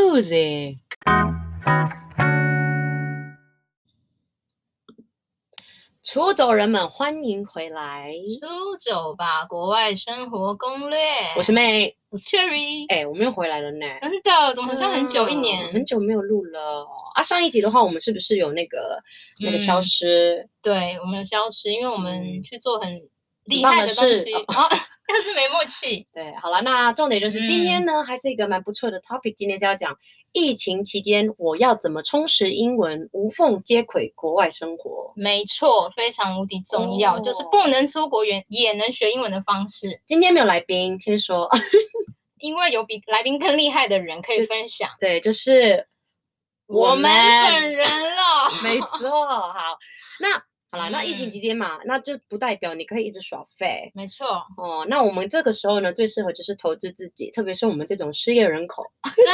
music.《出走人们》，欢迎回来！出走吧，国外生活攻略。我是妹，我是 Cherry，、哎、我们又回来了呢。真的，怎么好像很久一嗯年？很久没有录了哦啊！上一集的话，我们是不是有那个那个嗯消失？对，我们有消失，因为我们嗯去做很厉棒害的的东事西，哦啊， 但是没默契。对，好了，那重点嗯就是今天呢，还是一个蛮不错的 topic。今天是要讲疫情期间我要怎么充实英文，无缝接轨国外生活。没错，非常无敌重要，就是哦不能出国也也能学英文的方式，今天没有来宾，先说，因为有比来宾更厉害的人可以分享。对，就是们本人 了，没错，好，那好了，那疫情嗯期间嘛，那就不代表你可以一直耍废没错，哦。那我们这个时候呢，最适合就是投资自己，特别是我们这种失业人口，真的，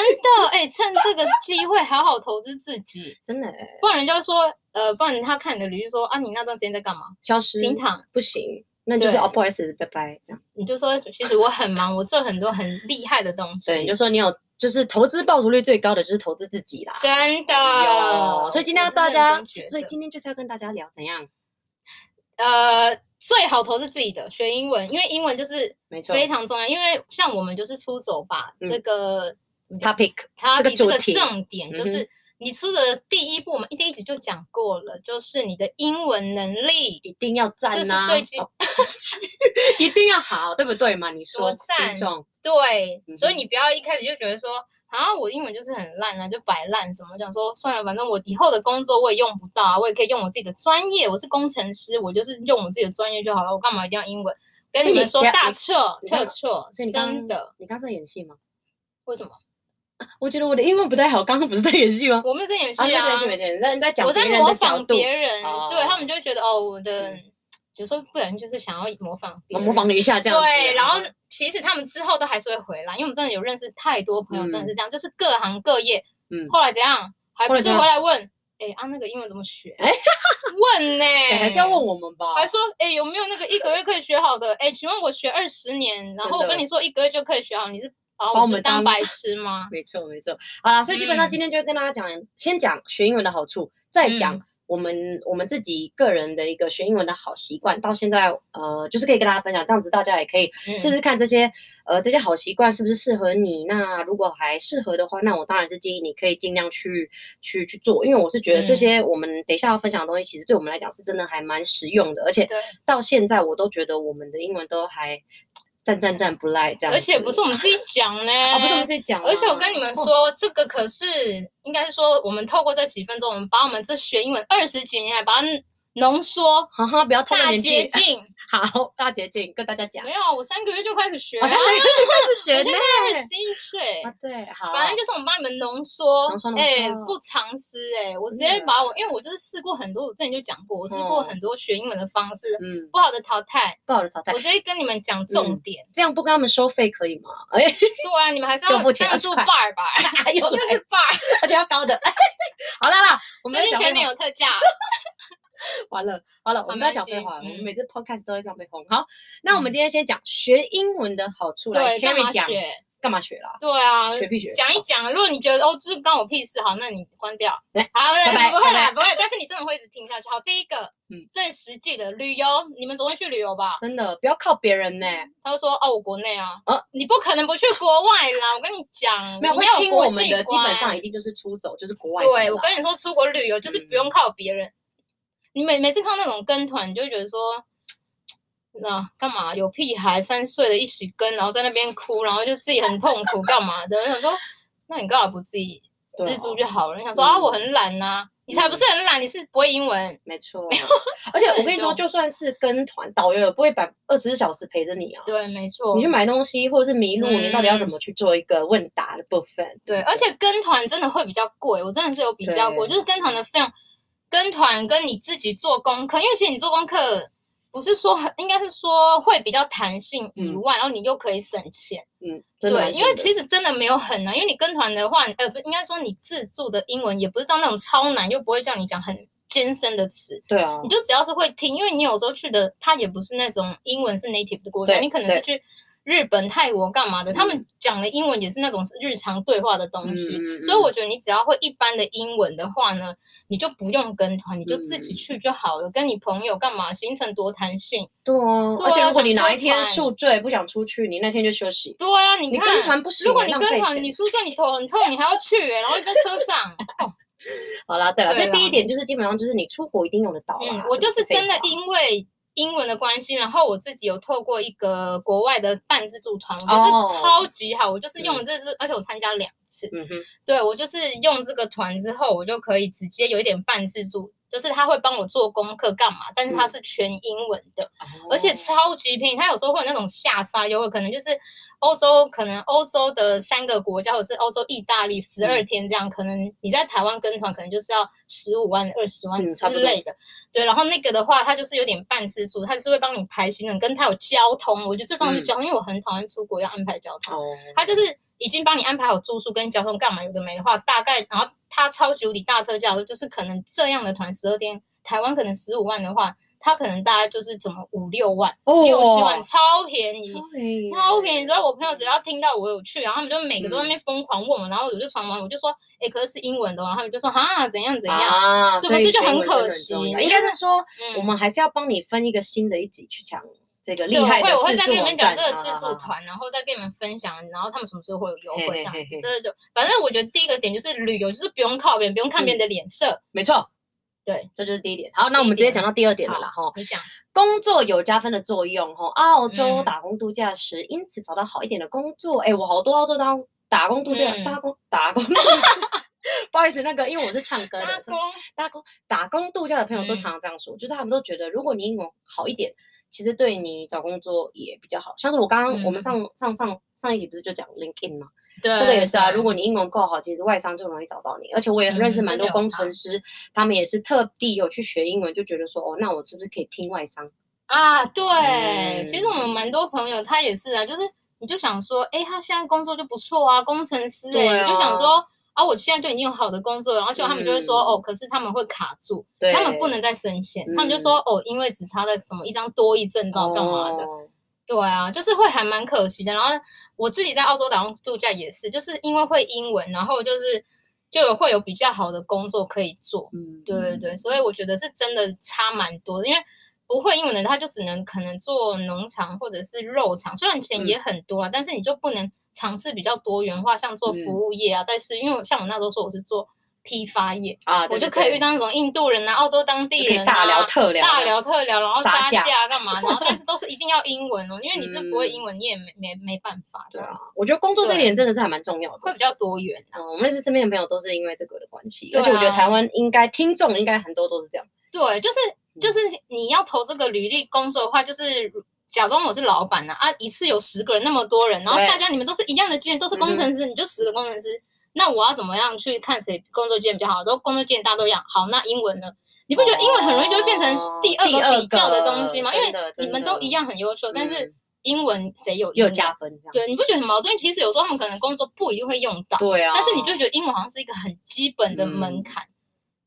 哎、趁这个机会好好投资自己，真的不然人家说，呃，不然他看你的履历说啊，你那段时间在干嘛？消失平躺，不行，那就是对哦，不好意思，拜拜，这样你就说其实我很忙，我做很多很厉害的东西。对，你就说你有就是投资报酬率最高的就是投资自己啦。真的有，，所以今天我要是大认家，真觉所以得今天就是要跟大家聊怎样，呃，最好投资自己的，学英文，因为英文就是没错非常重要。因为像我们就是出走吧，嗯这个，topic，它这个比这主个题重点嗯就哼是你出的第一步，我们第一集就讲过了，就是你的英文能力。一定要赞这是呐、最基哦 一定要好，对不对嘛？你说多赞听众对，所以嗯哼你不要一开始就觉得说啊，我英文就是很烂啊，就摆烂什么，想说算了，反正我以后的工作我也用不到啊，我也可以用我自己的专业，我是工程师，我就是用我自己的专业就好了，我干嘛一定要英文？跟所以你你们说不要大你错你特刚错所以，你刚真的，你刚是在演戏吗？为什么？我觉得我的英文不太好，刚刚不是在演戏吗？我没有在演戏啊，没啊事，没事，没事，那你在讲我在别人模的角仿度，别人，对他们哦就会觉得哦，我的嗯有时候不然就是想要模仿别我人，哦模仿一下这样子。对，然后其实他们之后都还是会回来，因为我们真的有认识太多朋友，真的是这样，就是各行各业。嗯后来怎样？还后不来是怎回样来问？哎、啊，那个英文怎么学？问呢、 哎还是要问我们吧。还说哎、有没有那个一个月可以学好的？哎、请问我学二十年，然真后我的跟你说一个月就可以学好，你是把把我是们当当白痴吗？没错，没错。好啦，所以基本上嗯今天就跟大家讲，先讲学英文的好处，再讲嗯我们、我们自己个人的一个学英文的好习惯。到现在，呃，就是可以跟大家分享，这样子大家也可以嗯试试看这些、呃这些好习惯是不是适合你。那如果还适合的话，那我当然是建议你可以尽量去去去做，因为我是觉得这嗯些我们等一下要分享的东西，其实对我们来讲是真的还蛮实用的，而且对，到现在我都觉得我们的英文都还赞赞赞不赖这样子。而且不是我们自己讲 呢、啊，不是我们自己讲啊，而且我跟你们说，这个可是应该是说，我们透过这几分钟，我们把我们这学英文二十几年来把它浓 缩、哈哈，不要偷了大年捷纪。径。好，大捷径跟大家讲，哦没有，我三个月就开始学我了，才没开 始学我现呢在。二十一岁啊，。对，好，反正就是我们帮你们浓缩浓缩，浓哎、缩不藏私、哎，我直真的接把我，因为我就是试过很多，我之前就讲过，我试过嗯很多学英文的方式，嗯，不好的淘汰，不好的淘汰我，直接跟你们嗯讲重点。这样不跟他们收费可以吗？哎，对啊，你们还是又要付钱赞助20块 bar 吧， 又就来是 bar，而且要高的。 好啦啦，我们要最近讲全废年话，有特价，完了，好了，我好们没不要讲关废系话了，我们嗯每次 podcast 都会这样被轰。好，那我们今天先讲学英文的好处来对，干嘛，Cherry 讲学？干嘛学啦？对啊，学必学，讲一讲，如果你觉得哦，这关我屁事，好，那你关掉。好，来哎拜拜不会啦，拜不会，但是你真的会一直听下去。好，第一个，嗯最实际的旅游，你们总会去旅游吧？真的不要靠别人呢，他就说哦，我国内啊啊，你不可能不去国外啦。我跟你讲，没有你会要听国我们际的，基本上观一定就是出走，就是国外的啦。嗯对，我跟你说，出国旅游就是不用靠别人。你每每次看到那种跟团，你就会觉得说，那、干嘛？有屁孩三岁的一起跟，然后在那边哭，然后就自己很痛苦，干嘛的？我想说，那你干嘛不自己对啊自助就好了？你想说、啊，我很懒呐、你才不是很懒，你是不会英文。没错， 而且我跟你说，对就算是跟团，导游也不会百二十四小时陪着你啊。对，没错你。去买东西或者是迷路，你到底要嗯怎么去做一个问答的部分？对，而且跟团真的会比较贵，我真的是有比较过，嗯对就是跟团的费用，跟团跟你自己做功课，因为其实你做功课不是说很，应该是说会比较弹性以嗯外，然后你又可以省钱。嗯，真的对，蛮因为准的其实真的没有很难，因为你跟团的话，呃，不应该说你自助的英文也不是到那种超难，又不会叫你讲很艰深的词。对啊你，就只要是会听，因为你有时候去的，它也不是那种英文是 native 的国家，对你可能对是去日本、泰国干嘛的，他们讲的英文也是那种日常对话的东西。嗯嗯所以我觉得你只要会一般的英文的话呢，你就不用跟团，你就自己嗯去就好了。跟你朋友干嘛？行程多弹性。对啊，对而且啊如果你想哪多一天玩宿醉不想出去，你那天就休息。对啊，你你看，跟团不行，如果你浪跟费团，钱你宿醉你头很痛，你还要去、欸，然后在车 上。哦好啦，对了，所以对第一啦点就是基本上就是你出国一定用得到啦嗯，我就是真的废话因为英文的关系，然后我自己有透过一个国外的半自助团，我觉得哦这超级好。我就是用了嗯这支，而且我参加两次。嗯哼，对我就是用这个团之后，我就可以直接有一点半自助，就是他会帮我做功课干嘛，但是他嗯是全英文的，而且哦超级便宜。他有时候会有那种下杀优惠，可能就是欧洲，可能欧洲的三个国家，或者是欧洲意大利十嗯二天这样，可能你在台湾跟团，可能就是要十五万、二十万嗯之差不多类的。对，然后那个的话，他就是有点半自助，他就是会帮你排行程，跟他有交通。我觉得最重要是嗯交通，因为我很讨厌出国要安排交通。哦，他就是已经帮你安排好住宿跟交通干嘛有的没的话，大概然后他超级无敌大特价的，就是可能这样的团十二天，台湾可能十五万的话，他可能大概就是怎么五六万、哦六七万，超便宜。超便宜，嗯超便宜，所以我朋友只要听到我有去，然后他们就每个都在那边疯狂问我，然后我就传完，我就说，哎、可是是英文的哦，然后他们就说，哈，怎样怎样，啊，是所不以是就学很文可真的惜重要我应觉该得是说，嗯，我们还是要帮你分一个新的一集去抢这个厉对我害的会我会自再助跟你网们讲站这个自啊啊助啊团，然后再跟你们分享，然后他们什么时候会有优嘿嘿惠这样嘿子嘿。这就反正我觉得第一个点就是旅游，就是不用靠别人，不用嗯看别人的脸色。没错，对，这就是第一点。好，那我第一们直接点啊讲到第二点了啦，哈。你讲，工作有加分的作用，哈。澳洲嗯打工度假时，因此找到好一点的工作，哎，我好多澳洲打工打工度假，嗯打工打工。 不好意思，那个因为我是唱歌的，打所以工打工打工度假的朋友都嗯常常这样说，就是他们都觉得，如果你英文好一点，其实对你找工作也比较好。像是我刚刚我们嗯上、上上上一集不是就讲 LinkedIn 吗？对这个也是啊，对如果你英文够好，其实外商就容易找到你。而且我也认识嗯蛮真多的有工差程师，他们也是特地有去学英文，就觉得说，哦，那我是不是可以拼外商？啊，对，嗯其实我们蛮多朋友他也是啊，就是你就想说，哎，他现在工作就不错啊，工程师哎、对你就想啊说。啊，我现在就已经有好的工作了，然后就他们就会说、嗯哦，可是他们会卡住，对，他们不能再升迁，他们就嗯说哦，因为只差了什么一张多一证照干嘛的，哦对啊，就是会还蛮可惜的。然后我自己在澳洲打工度假也是，就是因为会英文，然后就是就有会有比较好的工作可以做。嗯，对对对，所以我觉得是真的差蛮多的，因为不会英文的他就只能可能做农场或者是肉场，虽然钱嗯也很多啊，但是你就不能尝试比较多元化，像做嗯服务业啊，再是因为我像我那时候说我是做批发业，啊，我对就对可以对遇到那种印度人啊、澳洲当就地可人以啊，大聊特聊，大聊特聊，然后杀杀价价干嘛，然后但 是都是一定要英文哦，因为你是不会英文，你也没没没办法这嗯对啊样子，。我觉得工作这一对点真的是还蛮重要的，会比较多元啊。嗯，我们认识身边的朋友都是因为这个的关系，对而且我觉得啊台湾应该听众应该很多都是这样，对，嗯就是就是你要投这个履历工作的话，就是假装我是老板呢啊一次有十个人，那么多人，然后对嗯大家你们都是一样的经验，都是工程师，你就十个工程师，那我要怎么样去看谁工作经验比较好？都工作经验大家都一样，好，那英文呢？你不觉得英文很容易就会变成哦第二第二个比较的东西吗？个因为真的你们真的都一样很优秀，但是嗯英文谁有又有英文加分这样。对，你不觉得很矛盾？其实有时候他们可能工作不一定会用到，对啊，但是你就觉得英文好像是一个很基本的嗯门槛。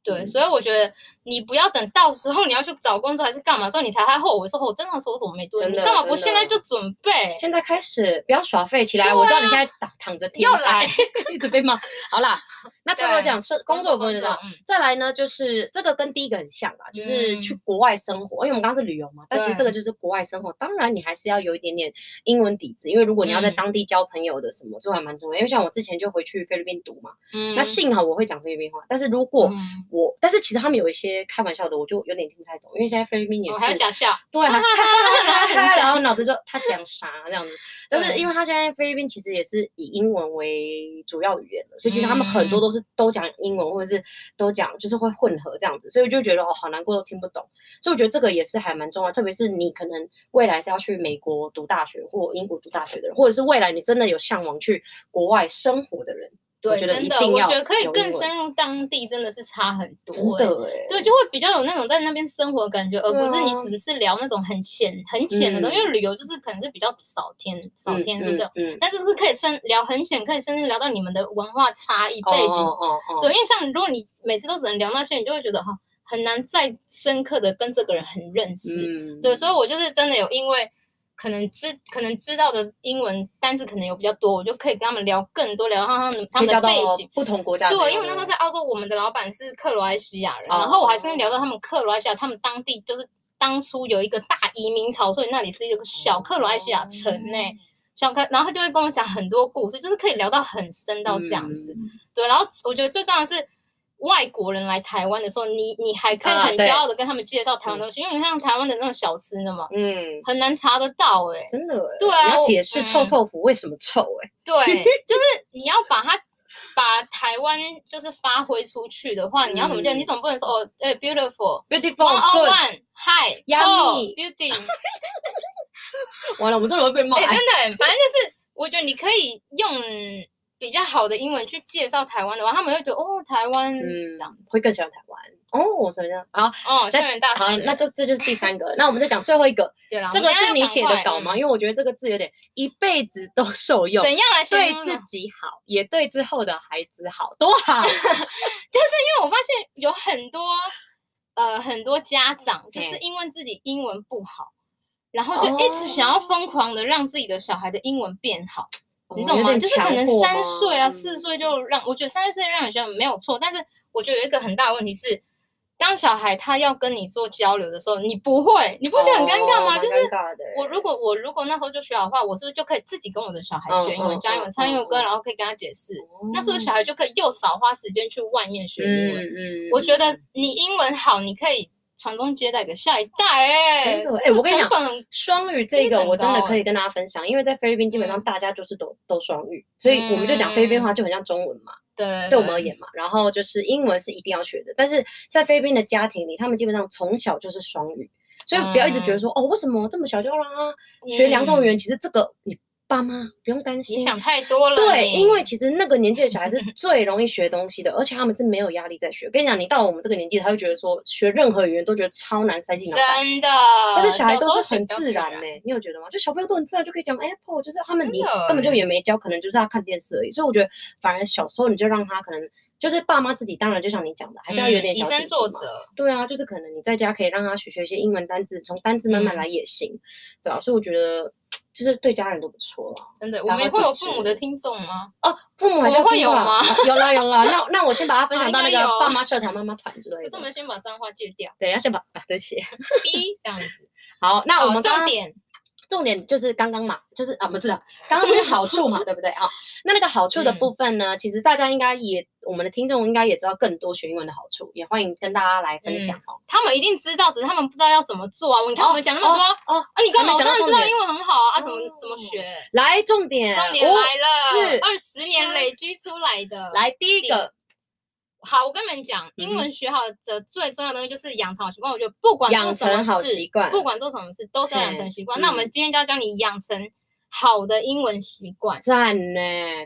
对，嗯所以我觉得你不要等到时候你要去找工作还是干嘛的时候，你才还后悔说，哦我真的说我怎么没对，真你的干嘛真不现在的就准备？现在开始不要耍废起来，我知道你现在躺躺着听，哎啊又来一直被骂。好啦，那差不多对讲是工作工作上，嗯，再来呢就是这个跟第一个很像啊，就是去嗯国外生活，因为我们刚刚是旅游嘛，但其实这个就是国外生活，当然你还是要有一点点英文底子，因为如果你要在嗯当地交朋友的什么，这还蛮重要。因为像我之前就回去菲律宾读嘛，嗯那幸好我会讲菲律宾话，但是如果嗯我，但是其实他们有一些开玩笑的，我就有点听不太懂，因为现在菲律宾也我是哦还要假笑，对，还然 后然后脑子就他讲啥这样子。但嗯是因为他现在菲律宾其实也是以英文为主要语言了，所以其实他们很多嗯都是都讲英文，或者是都讲就是会混合这样子，所以我就觉得哦，好难过，都听不懂。所以我觉得这个也是还蛮重要，特别是你可能未来是要去美国读大学或英国读大学的人，或者是未来你真的有向往去国外生活的人，我对，觉得一真的，定我要觉得可以有更英文深入当地，真的是差很多、真欸的哎，对，就会比较有那种在那边生活的感觉，而对不是啊你只是聊那种很浅、很浅的东西。因为旅游就是可能是比较少天、少嗯天数嗯这种，嗯，但是是可以深聊很浅，可以甚至聊到你们的文化差异哦背景。哦哦，对，因为像如果你每次都只能聊那些，你就会觉得哈很难再深刻的跟这个人很认识。嗯，对，所以我就是真的有因为可能知可能知道的英文单词可能有比较多，我就可以跟他们聊更多，聊他们他可以们交到的背景。不同国家的朋友。对，因为我那时候在澳洲，我们的老板是克罗埃西亚人，哦然后我还甚至聊到他们克罗埃西亚，他们当地就是当初有一个大移民潮，所以那里是一个小克罗埃西哦亚城呢、小克，然后他就会跟我讲很多故事，就是可以聊到很深到这样子。嗯对，然后我觉得最重要的是，外国人来台湾的时候，你你还可以啊很对骄傲的跟他们介绍台湾东西，因为你看台湾的那种小吃呢嘛，嗯，很难查得到哎、真的欸，对啊你要我解释嗯臭豆腐为什么臭哎，对，就是你要把它把台湾就是发挥出去的话，你要怎么讲？嗯你总不能说哦，哎，beautiful。 beautiful One o good， one, hi, Yummy beauty。 完了，我们真的会被骂哎，欸。真的欸，反正就是，我觉得你可以用比较好的英文去介绍台湾的话，他们会觉得哦，台湾嗯这样，会子。更喜欢台湾哦。怎么样？好，哦，再校园大好，使。那这这就是第三个。那我们再讲最后一个，对啦，这我个们等一是下你要写赶的快稿吗？嗯因为我觉得这个字有点一辈子都受用，怎样来形对容呢？自己好，也对之后的孩子好，多好。因为我发现有很多呃很多家长就是嘿因为自己英文不好，然后就一直想要疯狂的让自己的小孩的英文变好， 你哦哦懂有吗？点就是可强能迫三吗岁啊嗯四岁就让，我觉得三岁四岁让你觉得没有错，但是我觉得有一个很大的问题是。当小孩他要跟你做交流的时候，你不会，你不觉得很尴尬哦吗？蛮就是尴尬的我欸如果我如果那时候就学好的话，我是不是就可以自己跟我的小孩嗯学英文、嗯教英嗯文、唱英文歌，嗯然后可以跟他解释？那时候哦小孩就可以又少花时间去外面学英嗯文。嗯，我觉嗯得你英文好，你可以传宗接代给下一代、欸。真的这欸个我跟你讲成本很双语几这率个很我真的高可欸以跟大家分享，因为在菲律宾基本上嗯大家就是都都双语，所以我们就讲菲律宾话就很像中文嘛。对对我们而言嘛，嗯然后就是英文是一定要学的，但是在菲律宾的家庭里，他们基本上从小就是双语，所以不要一直嗯觉得说、哦，为什么这么小就要让他学两种语言？其实这个你爸妈不用担你心。想太多了你。对，因为其实那个年纪的小孩 是最容易学东西的，而且他们是没有压力在学。跟你讲，你到我们这个年纪，他会觉得说学任何语言都觉得超难塞进脑袋，真的，但是小孩都呃时是候很比较自然啊呢、的。你有觉得吗？就小朋友都很自然就可以讲 Apple，就是他们啊真你的根本就欸也没教，可能就是要看电视而已。所以我觉得反而小时候你就让他可能就是爸妈自己，当然就像你讲的，还是要有嗯点以小身底作子嘛。则，对啊，就是可能你在家可以让他学学一些英文单字，从单字慢慢嗯来也行，对啊，所以我觉得就是对家人都不错啦。真的，我然后们会有抵制父母的听众吗？哦，父母好我像会听有到吗哦有啦有啦， 那那我先把它分啊享应到那该个有爸妈社团、妈妈团之类可是我的。们先把脏话戒掉 ，等一下先把啊，对不起。逼这样子。好， 那我好，们刚重刚点，重点就是刚刚嘛，就是啊，不是啊，刚刚不是好处嘛，对不对啊？那那个好处的部嗯分呢，其实大家应该也，我们的听众应该也知道更多学英文的好处，也欢迎跟大家来分享哦。他们一定知道，只是他们不知道要怎么做啊。你看我们讲那么多哦哦啊，你干嘛？还我没讲到当然知重道点英文很好啊，啊怎么哦怎么学？来，重点，重点哦来了，是二十年累积出来的。，来第一第一个好，我跟你们讲，嗯英哼文学好的最重要的东西就是养成好习惯。我觉得不管养做什么成好事习惯不管做什么事都是要养成习惯。嘿嗯那我们今天就要教你养成好的英文习惯，赞呢，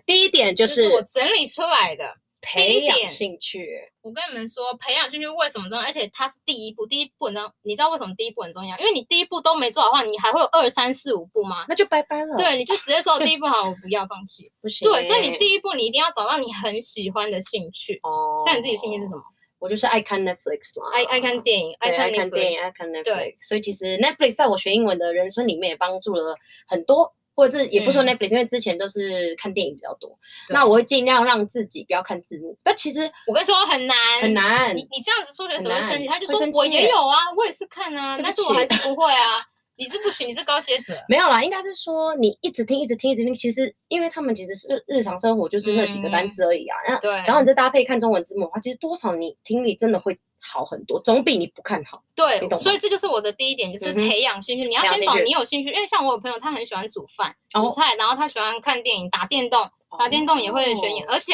第一点就这是我整理出来的。培第一养点兴趣，我跟你们说，培养兴趣为什么重要？而且它是第一步，第一步很重要。你知道为什么第一步很重要？因为你第一步都没做好的话，你还会有二三四五步吗？那就拜拜了。，对，你就直 接说第一步好，我不要放弃。不行欸。对，所以你第一步你一定要找到你很喜欢的兴趣。哦，像你自己兴趣是什么？我就是爱看 Netflix 啦，爱爱看电影，对，爱看 Netflix 电影，爱看 Netflix 对。所以其实 Netflix 在我学英文的人生里面也帮助了很多，或者是也不是说嗯 Netflix，、因为之前都是看电影比较多。对那我会尽量让自己不要看字幕，但其实我跟你说很难，很难。哎你你这样子出学很怎么会难生气？他就会说生我气也耶有啊，我也是看啊，对不但是我还起是不会啊。你是不行，你是高阶者。没有啦，应该是说你一直听，一直听，一直听。其实，因为他们其实是日常生活就是那几个单嗯词而已啊。那、对， 然后你再搭配看中文字幕的话，其实多少你听力真的会好很多，总比你不看好。你懂对，所吗以这就是我的第一点，就是嗯哼培养兴趣。你要培养先兴找趣你有兴趣，因为像我有朋友，他很喜欢煮饭、哦煮菜，然后他喜欢看电影、打电动，打电动也会学英，哦而且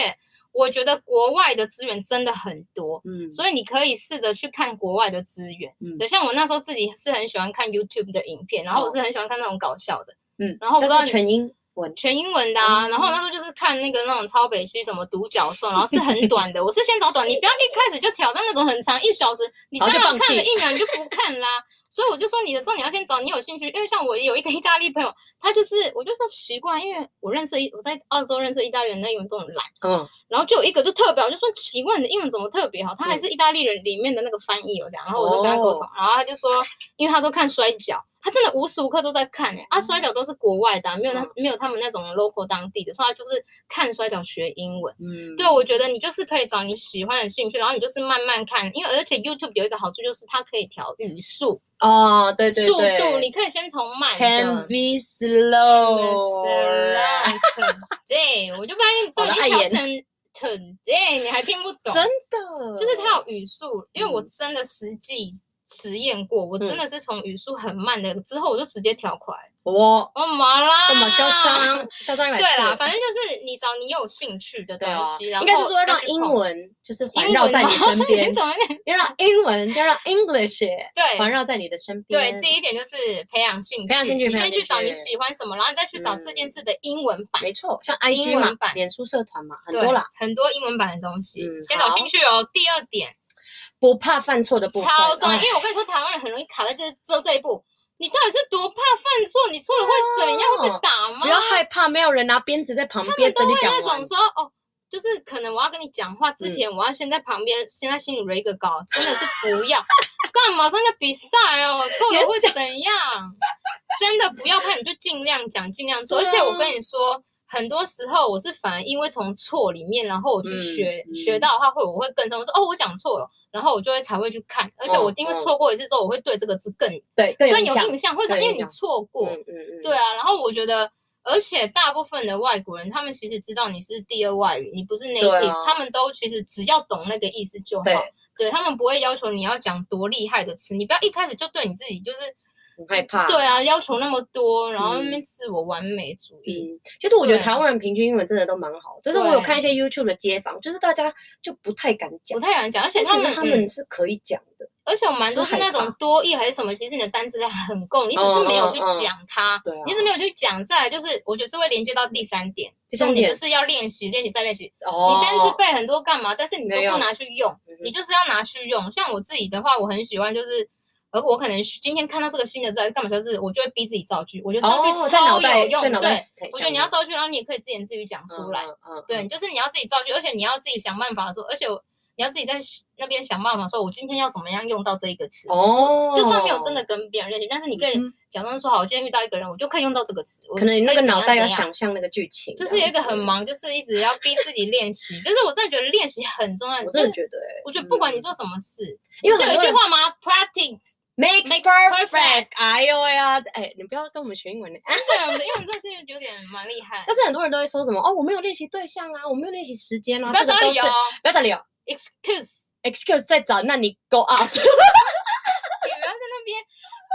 我觉得国外的资源真的很多。嗯，所以你可以试着去看国外的资源，嗯对，像我那时候自己是很喜欢看 YouTube 的影片，然后哦我是很喜欢看那种搞笑的，嗯，然后我不知道但是你全英文全英文的嗯啊，然后那时候就是看那个那种超北西什么独角兽，然后是很短 的。我是先找短，你不要一开始就挑战那种很长一小时，你好当就然放弃看了一秒你就不看啦。所以我就说你的重点要先找你有兴趣，因为像我有一个意大利朋友，他就是我就说奇怪，因为我认识一我在澳洲认识意大利人，那英文都很烂，嗯，然然后就有一个就特别好，我就说奇怪，你的英文怎么特别好？他还是意大利人里面的那个翻译哦，这样。然后我就跟他沟通，哦然后他就说，因为他都看摔跤，他真的无时无刻都在看诶、啊，嗯摔跤都是国外的啊、没有他没有他们那种 local 当地的，所以他就是看摔跤学英文。嗯，对，我觉得你就是可以找你喜欢的兴趣，然后你就是慢慢看，因为而且 YouTube 有一个好处就是它可以调语速、哦，对对速对，度，你可以先从慢 can 的。 be Select slow， today，我就发现都好已的经爱调言成 today，你还听不懂，真的，就是它有语速，因为我嗯真的实际实验过，我真嗯的是从语速很慢的之后，我就直接调快，我哦嘛啦，这么嚣张，嚣张一百对次，啦，反正就是你找你有兴趣的对东啊西，然后应该是说要让去英碰文就是环英绕文在你吗身边 你，怎么有点 要让英文，要让 English 对环绕在你的身边，对，第一点就是培养兴趣，培养兴趣嗯你培养先去兴找你趣喜欢什么，然后你再去找这件事的英文版，没错，像英 IG 文嘛，版脸书社团嘛，很对多啦，，很多英文版的东西，嗯先找好兴趣哦。第二点不怕犯错的部分，超重要，哎因为我跟你说，台湾人很容易卡在这这这一步。你到底是多怕犯错？你错了会怎样？会哦被打吗？不要害怕，没有人拿鞭子在旁他边们都等会你讲那完种。说哦，就是可能我要跟你讲话之嗯前，我要先在旁边，先在心里 r 一个稿，真的是不要 干嘛参加比赛哦，错了会怎样？真的不要怕，你就尽量讲，尽量做。而对且我啊跟你说，很多时候我是反而因为从错里面，然后我去嗯学、嗯学到的话，会我会更深。我说哦，我讲错了，然后我就会才会去看。而且哦我因为哦错过一次之后，我会对这个字更对，更有更印有象。印象，或者更有因为印你象错过，嗯嗯嗯，对啊，然后我觉得，而且大部分的外国人，他们其实知道你是第二外语，你不是 native，、啊他们都其实只要懂那个意思就好。对对他们不会要求你要讲多厉害的词，你不要一开始就对你自己就是很害怕。对啊，要求那么多，然后嗯那边自我完美主义。嗯，其实我觉得对台湾人平均英文真的都蛮好，但是我有对看一些 YouTube 的街访，就是大家就不太敢讲不，太敢讲，而且但其他们，实他嗯们是可以讲的。而且我蛮多就是是那害怕种多义还是什么，其实你的单词量很够，你只是嗯没有嗯去嗯讲它，对啊你只是没有去讲。再来就是，我觉得是会连接到第三点，第重三点点就是要练习，练习再练习，哦，你单字背很多干嘛？但是你没都用不拿去用嗯哼，你就是要拿去用。像我自己的话，我很喜欢就是。呃，我可能今天看到这个新的字啊还是干嘛，就是我就会逼自己造句，我觉得造句哦，在超脑袋有在用。脑袋对，想，我觉得你要造句，然后你也可以自言自语讲出来。嗯，嗯嗯对，就是你要自己造句，而且你要自己想办法说，而且我你要自己在那边想办法说，我今天要怎么样用到这一个词。哦，就算没有真的跟别人练习，但是你可以嗯假装说，好，我今天遇到一个人，我就可以用到这个词。我可能你那可个以怎脑样袋怎要样想象那个剧情，就是有一个很忙，忙，就是一直要逼自己练习。但是我真的觉得练习很重要。我就真的是觉得欸，我觉得不管你嗯做什么事，因为不是很有多一句人话吗？Practice， Make Makes perfect，哎呦喂呀，哎，你不要跟我们学英文的。真啊的，我们的英文真的是有点蛮厉害。但是很多人都会说什么哦，我没有练习对象啊，我没有练习时间啊，不要这个找都理是由不要找理由，excuse， ，excuse 在找，那你 go out， 你不要在那边。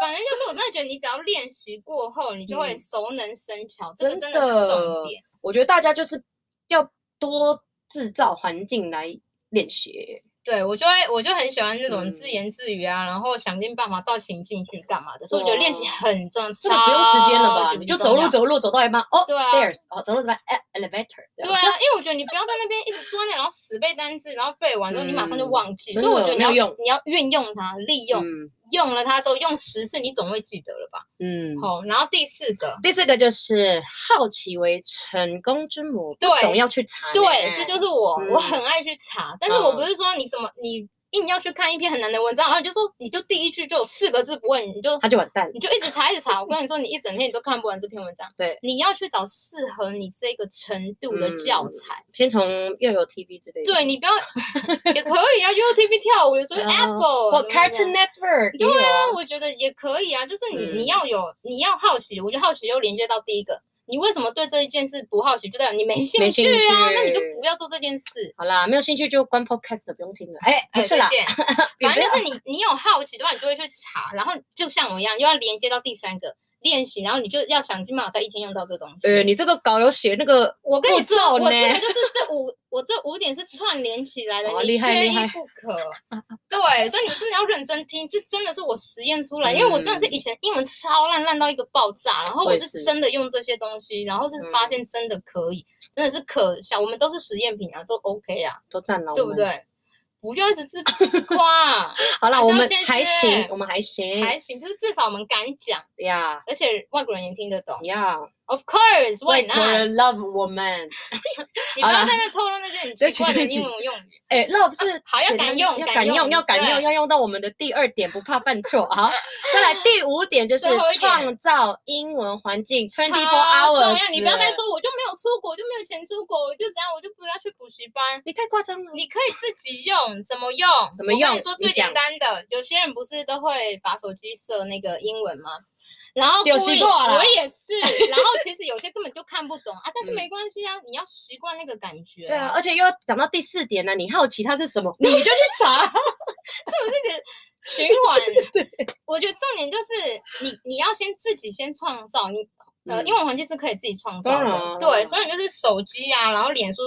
反正就是，我真的觉得你只要练习过后，你就会嗯熟能生巧，这个真真的是重点。我觉得大家就是要多制造环境来练习。对我就会，我就很喜欢那种自嗯言自语啊，然后想尽办法造情境去干嘛的，所以我觉得练习哇很重要，哦这个不用时间了吧？超你级就重走路要走路走到一半，哦对啊，stairs，哦，走路走到 e- elevator，这对样啊，因为我觉得你不要在那边一直坐在那，然后死背单词，然后背完之后你马上就嗯忘记，真所以我的觉得你没有要用你要运用它，利用、用了它之后用十次，你总会记得了吧？嗯嗯。好，然后第四个，第四个就是好奇为成功之母，不对懂要去查呢。对，这就是我，我啊嗯很爱去查，但是我不嗯是说你怎么你硬要去看一篇很难的文章，然后你就说你就第一句就有四个字不问，你就他就完蛋。你就一直查一直查，我跟你说你一整天你都看不完这篇文章，对，你要去找适合你这个程度的教嗯材。先从又有 TV 之类的，对你不要 也可以啊，YouTube 跳舞，有时候啊 Apple 或怎么样 Cartoon Network，对啊那我觉得也可以啊，就是你、嗯你要有你要好奇，我觉得好奇又连接到第一个，你为什么对这一件事不好奇，就代表你没兴没兴啊，那你就趣不要做这件事。好啦，没有兴趣就关 Podcast 的不用听了。哎，不哎是再啦，见也 反不正要就是你你有好奇的话，你就会去查，然后就像我一样，又要连接到第三个练习，然后你就要想尽办法在一天用到这个东西。呃，你这个稿有写那个我跟你说，步骤我这呢个就是这五，我这五点是串联起来的，哦你厉害缺厉一害不 可。对，所以你们真的要认真听，这真的是我实验出来，因为我真的是以前英文超烂，烂到一个爆炸，然后嗯我我也是是嗯真的用这些东西，然后是发现真的可以，真的是可笑，我们都是实验品啊，都 OK 啊，都占了，对不？对？不要一直自自 夸，好啦，还是我要们先还行学，我们还行还行，就是至少我们敢讲，呀而且外国人也听得懂。呀， Of course, 外 why 国 not？人 love 我们，你不要在那边透露那些很奇怪的对不起英文用语。哎，love 是啊好要简单敢用要敢敢用要敢用，对要用到我们的第二点，不怕犯错。好，再 来第五点就是最后一点创造英文环境，twenty 超 four 重 hours。要，你不要再，说我就没有出国，我就没有钱出国，我就怎样，我就不要去补习班。你太夸张了。你可以自己用，怎么用？怎么我跟用你说你最简讲单的，有些人不是都会把手机设那个英文吗？然后有故习意惯啊我也是。然后其实有些根本就看不懂 啊，但是嗯没关系啊，你要习惯那个感觉、对啊，而且又要讲到第四点呢，你好奇它是什么，你就去查。是不是得循 环？我觉得重点就是你你要先自己先创造，你呃，嗯英文环境是可以自己创当造的，然啊当对，然所以你就是手机啊，然后脸书，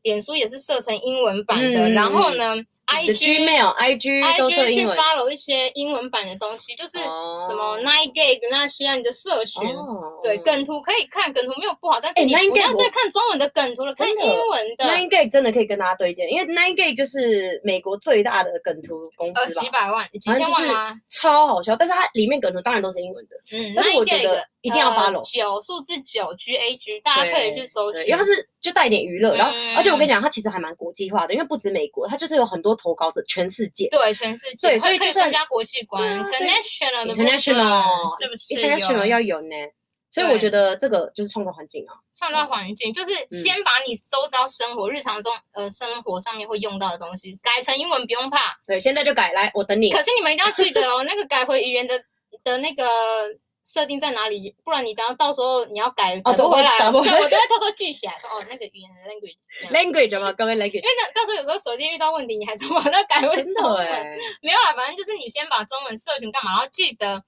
脸书也是设成英文版的，嗯然后嗯呢 你的，IG。 Gmail、IG 都 I G 设去英文。 follow 一些英文版的东西，就是什么哦 Nine Gag 那些啊，你的社群，哦对梗图可以看，梗图没有不好，但是哎你 Nine 不要 Gag 再我看中文的梗图了，看真英的文的， Nine Gag 真的可以跟大家推荐，因为 Nine Gag 就是美国最大的梗图公呃司吧几，百万、几反正千万就是吗？超好笑。但是它里面梗图当然都是英文的，嗯，但是那我应该觉有得个一定要呃 follow 九数字九 G A G，大家可以去搜寻，对，因为它是就带一点娱乐，然后嗯而且我跟你讲，它其实还蛮国际化的，因为不止美国，它就是有很多投稿者，全世界。对全世界，对所以可以就增算加国际观对啊所以，international 的部分 international 是不是 international 有啊要有呢，所以对我觉得这个就是创造环境啊。创造环境，就是嗯先把你周遭生活、日常中呃生活上面会用到的东西改成英文，不用怕。对，现在就改来，我等你。可是你们一定要记得哦，那个改回语言的的那个。设定在哪里？不然你等到到时候你要改哦改不都会回来，改对不我回都会偷偷记起来，说哦那个语言的 language 这样。 language 嘛，各位 language，因为那到时候有时候手机遇到问题，你还是把它改回真中的文。哎，没有啦，反正就是你先把中文社群干嘛，然后记得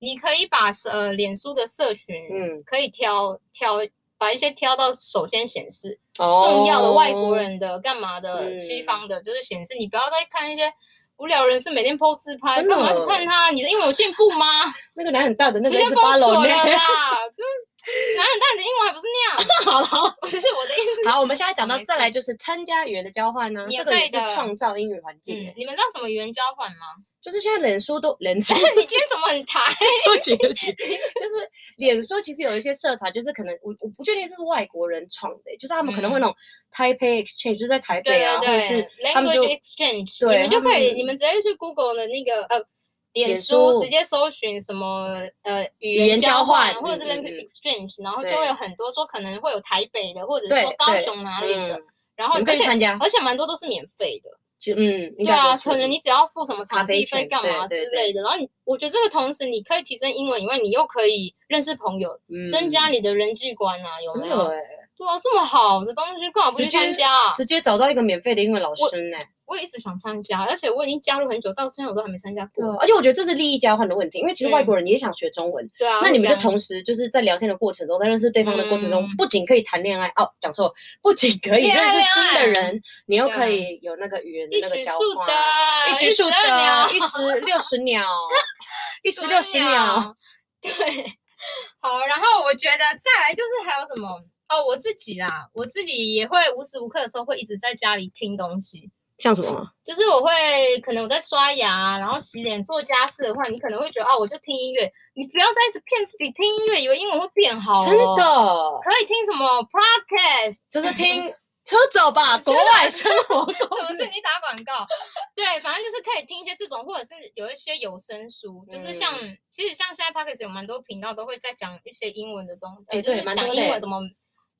你可以把呃脸书的社群，嗯，可以挑挑把一些挑到首先显示、哦重要的外国人的干嘛的、嗯西方的，就是显示你不要再看一些。无聊人士每天 po 自拍，真干的嘛去看他？你的英文有进步吗？那个奶很大的 那直个一接直封锁 follow 了呢。 啦！就是 男人大，你的英文还不是那样？ 好了，好了不是我的意思是好，我们现在讲到没事再来就是参加语言的交换呢、免这个也费是的创造英语环境耶、嗯，你们知道什么语言交 换吗？就是现在脸书都脸书你今天怎么很台？ 都觉得就是脸书其实有一些社团，就是可能我我不确定是不是外国人创的耶、欸就是他们可能会那种台北 exchange，就是在台北对啊，对或者是对他们就，language exchange，对你们就他们可以，你们直接去 Google 的那个呃。脸脸书书直接搜寻什么呃语言言交交换，换或者是嗯 language 嗯嗯 exchange，然后就对会有很多说可能会有台北的，或者是对说高对雄哪里的嗯，，然后你们而可以去且参加，而且蛮多都是免费的，其嗯，应对该啊，就是可能你只要付什么咖场啡地费钱干嘛对之对对类的，然后你我觉得这个同时你可以提升英文以外，你又可以认识朋友，增加嗯你的人际观啊，有真没的有？哎、对啊，这么好的东西干嘛不直去参接加啊？直接找到一个免费的英文老我师呢、我也一直想参加，而且我已经加入很久，到现在我都还没参加对啊过。而且我觉得这是利益交换的问题，因为其嗯实外国人也想学中文，对啊，那我你们就想同时就是在聊天的过程中，在认识对方的过程中嗯，不仅可以谈恋爱哦，讲错，不仅可以恋爱认识新的恋人，你又对可以有那个语言的一那个举交数换，得，一举数一石呃二得，鸟一石六十鸟，一石多六十鸟，鸟。对，好，然后我觉得再来就是还有什么哦，我自己啦，我自己也会无时无刻的时候会一直在家里听东西。像什么？就是我会可能我在刷牙，然后洗脸做家事的话，你可能会觉得哦，我就听音乐。你不要再一直骗自己听音乐，以为英文会变好、哦。真的可以听什么 podcast，就是 听车走吧，国外生活怎么攻自略。己打广告？对，反正就是可以听一些这种，或者是有一些有声书，就是像、嗯其实像现在 p o d c a s t 有蛮多频道都会在讲一些英文的东西，呃哎就是对蛮讲多英的文什么。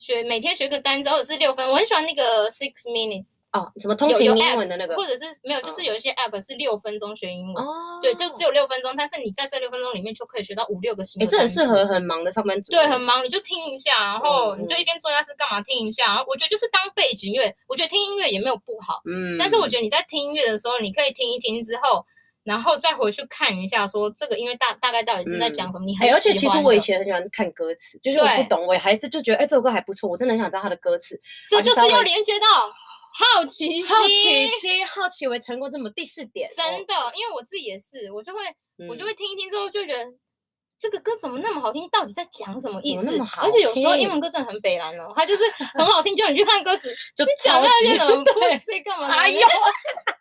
学每天学个单词，或者是六分，我很喜欢那个 Six Minutes，哦，什么通有勤有英 app，文的那个或者是没有，就是嗯有一些 App 是六分钟学英文，哦，对，就只有六分钟，但是你在这六分钟里面就可以学到五六个新哎，的这单很词。适合很忙的上班族，欸对，很忙，你就听一下，然后嗯你就嗯一边做家事干嘛听一下，然后我觉得就是当背景乐，我觉得听音乐也没有不好。嗯，但是我觉得你在听音乐的时候，你可以听一听之后，然后再回去看一下，说这个音乐大大概到底是在讲什么。你很哎、喜而欢的、且其实我以前很喜欢看歌词，就是我对不懂，我也还是就觉得，哎、这首歌还不错，我真的很想知道它的歌词。这啊就稍是要微连接到好奇心，好奇心，好奇为成功这么第四点，哦嗯真的，因为我自己也是，我就会我就会听一听之后就觉得。这个歌怎么那么好听？到底在讲什么意怎思么那么？而且有时候好听英文歌真的很北蓝哦，它就是 很好听，就你去看歌词，就你讲超那级些什么对 pussy 干嘛？哎呦，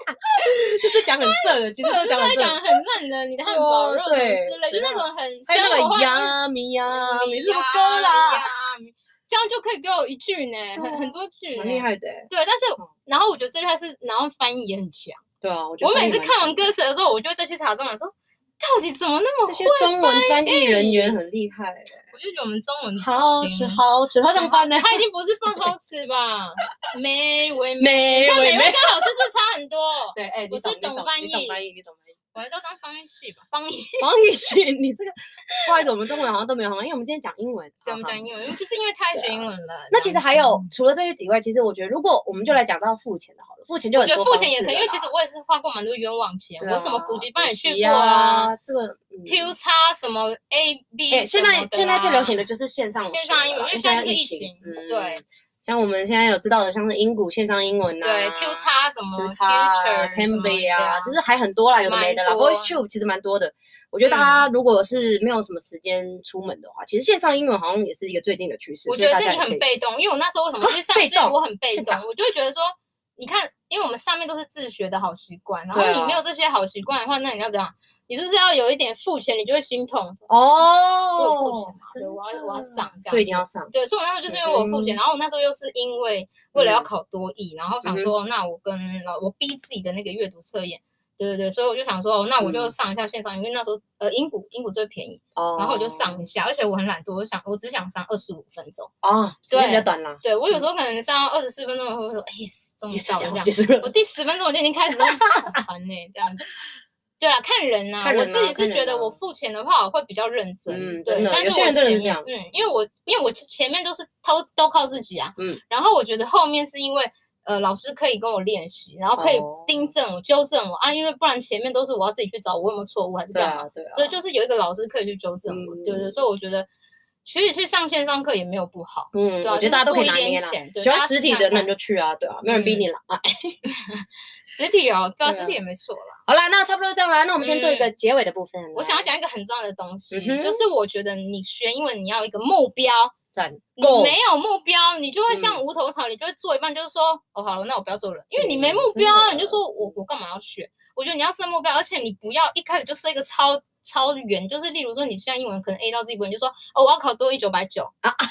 就是讲很色的，其实对，我就就讲跟很色他 的讲。很烂的，你的汉堡肉什哦么对之类，就怎哎那样种很还有那生活个化呀咪呀，米没什么呀歌啦，，米呀这样就可以给我一句呢，对啊很很多句呢。蛮厉害的欸。对，但是嗯然后我觉得最厉害是，然后翻译也很强。对啊，我觉得我翻每译次蛮看强完歌词的时候，我就会再去查中文说，到底怎么那么这会些？中文翻译人员很厉害欸，我就觉得我们中文好好吃行啊好好吃，他怎么办呢？他一定不是放好吃 吧？美味美，没但我美也味没。跟好吃是差 很多。对，哎，我你是你懂翻你懂译翻译，你懂翻译。我还是要当翻译系吧，翻译。王宇迅，你这个不好意思，我们中文好像都没有好，因为我们今天讲英文。对，我们好啊讲英文，因为就是因为他也学英文了。那其实这样还子有，除了这些以外，其实我觉得，如果我们就来讲到付钱的好了，付钱就我很觉多得方付式钱也可以，因为了其啦实我也是花过蛮多冤枉钱，对我什么啊补习班也补去习过啊啊，这个嗯 Q 叉什么 A B，哎，现在现在最流行的的就是线上线学上英了啦文，因现为现在就是疫疫情，嗯对。像我们现在有知道的，像是英谷线上英文呐，啊对 Q 叉什么 Q 叉 Future 什么的 Cambly 啊，就啊是还很多啦，有的没的啦。蛮多嗯 Voice Tube 其实蛮多的，我觉得大家如果是没有什么时间出门的话，其实线上英文好像也是一个最近的趋势。我所以觉大得是家你也可很以被动，因为我那时候为什么啊去上，被所以动我很被是动的，我就会觉得说，你看，因为我们上面都是自学的好习惯，然后对啊你没有这些好习惯的话，那你要怎样？你就是要有一点付钱，你就会心痛。哦，我有付钱嘛，真对，的我要我要上，这样所以一定子要上。对，所以我那时候就是因为我付嗯钱，然后我那时候又是因为为了要考多艺，然后想说，那我跟老我逼自己的那个阅读测验，对对对，所以我就想说，哦那我就嗯上一下线上，因为那时候呃英股英股最便宜，哦，然后我就上一下，而且我很懒惰，我想我只想上二十五分钟，哦，时间比较对短啦。对我有时候可能上二十四分钟，我会说哎 yes 终嗯于也是到了这样结，束了我。第十分钟我就已经开始都很烦呢，这样子。对啊，看人呐、看我人自啊己看是觉人得啊我付钱的话，我会比较认真。嗯真对，的但有是些我人真的前是这样面嗯，因为我因为我前面都是都都靠自己啊。嗯。然后我觉得后面是因为呃老师可以跟我练习，然后可以哦订正我、纠正我啊，因为不然前面都是我要自己去找我有没有错误还 是对干嘛啊，。对啊。所以就是有一个老师可以去纠正我，对对，嗯所以我觉得其实去上线上课也没有不好。嗯，对啊我觉就得是大家都可付以一拿点捏啦钱。对喜欢大家实试体看的那你看就去啊，对啊，没有人逼嗯你啦。啊，哎实体哦，对啊，对实啊体也没错啦。好啦，那差不多这样啦。那我们先做一个结尾的部分。我想要来讲一个很重要的东西，嗯哼就是我觉得你学英文你要有一个目标，赞，你没有目标，你就会像嗯无头草，你就会做一半就是说，哦，好了，那我不要做了，因为你没嗯目真标啊，的你就说我我干嘛要学？我觉得你要设目标，而且你不要一开始就设一个超超远，就是例如说你现在英文可能 A 到 Z 不会，你就说哦我要考多一九百九啊啊，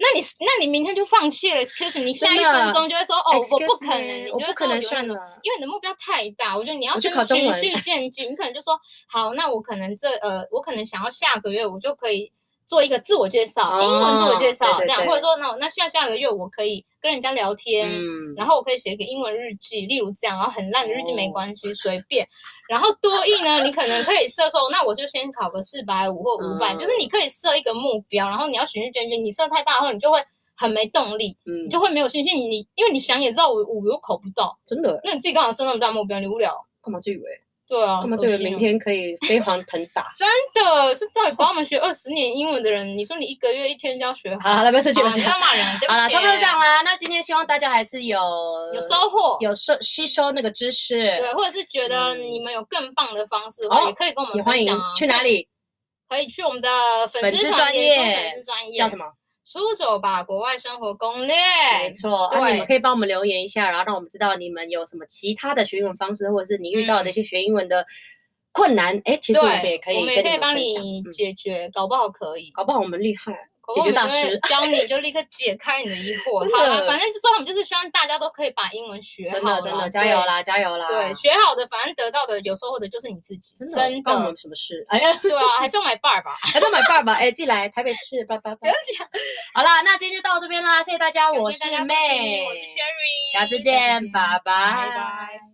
那你那你明天就放弃了，excuse me，你下真一的分钟就会说哦我不 Excuse 可能， me，你就我会不说可能永远算都了。因为你的目标太大，我觉得你要我去先考中循文序渐进。你可能就说，好，那我可能这呃，我可能想要下个月我就可以做一个自我介绍，英文自我哦介绍对对这样，或对者说那我那下下个月我可以跟人家聊天。嗯，然后我可以写一个英文日记，例如这样，然后很烂的日记没哦关系，随便。然后多益呢，你可能可以设说，那我就先考个四百五或五百、嗯就是你可以设一个目标，然后你要循序渐进。你设太大后，你就会很没动力，嗯你，就会没有信心。你因为你想也知道我我又考不到，真的那你自己刚好设那么大目标，你无聊？干嘛就以为对啊，干嘛恶就以为心明哦天可以飞黄腾达？ 真的是到底把我们学二十年英文的人，你说你一个月一天就要学好了，那不要生气，好不要生气啦不要骂人，对不起。好了，差不多这样，啦。那今天希望大家还是有有收获，有收吸收那个知识，对，或者是觉得嗯你们有更棒的方式的话，哦也可以跟我也们欢分迎享啊。去哪里可以去我们的粉粉丝丝团专脸书业粉丝专业叫什？么？出走吧，国外生活攻略。没错，对啊，你们可以帮我们留言一下，然后让我们知道你们有什么其他的学英文方式，或者是你遇到的一些学英文的困难。哎、其实我们也嗯对可，以我跟你们也们可以帮分享你嗯解决，搞不好可以。搞不好我们厉害，搞不解好决我大们就会师教你就立刻解开你的疑惑。真好了，的反正最后我们就是希望大家都可以把英文学好真的真啦的，加油！啦，加油啦！对对，学好的，反正得到的有收获的就是你自己，真真的关我们什么事？哎呀，对啊，还是要买 bar 吧。还在买爸爸，哎，寄来台北市，拜 拜拜。好啦，那今天就到这边啦，谢谢大家，感我谢是大家收听妹，我是 Cherry，下次见，拜拜拜。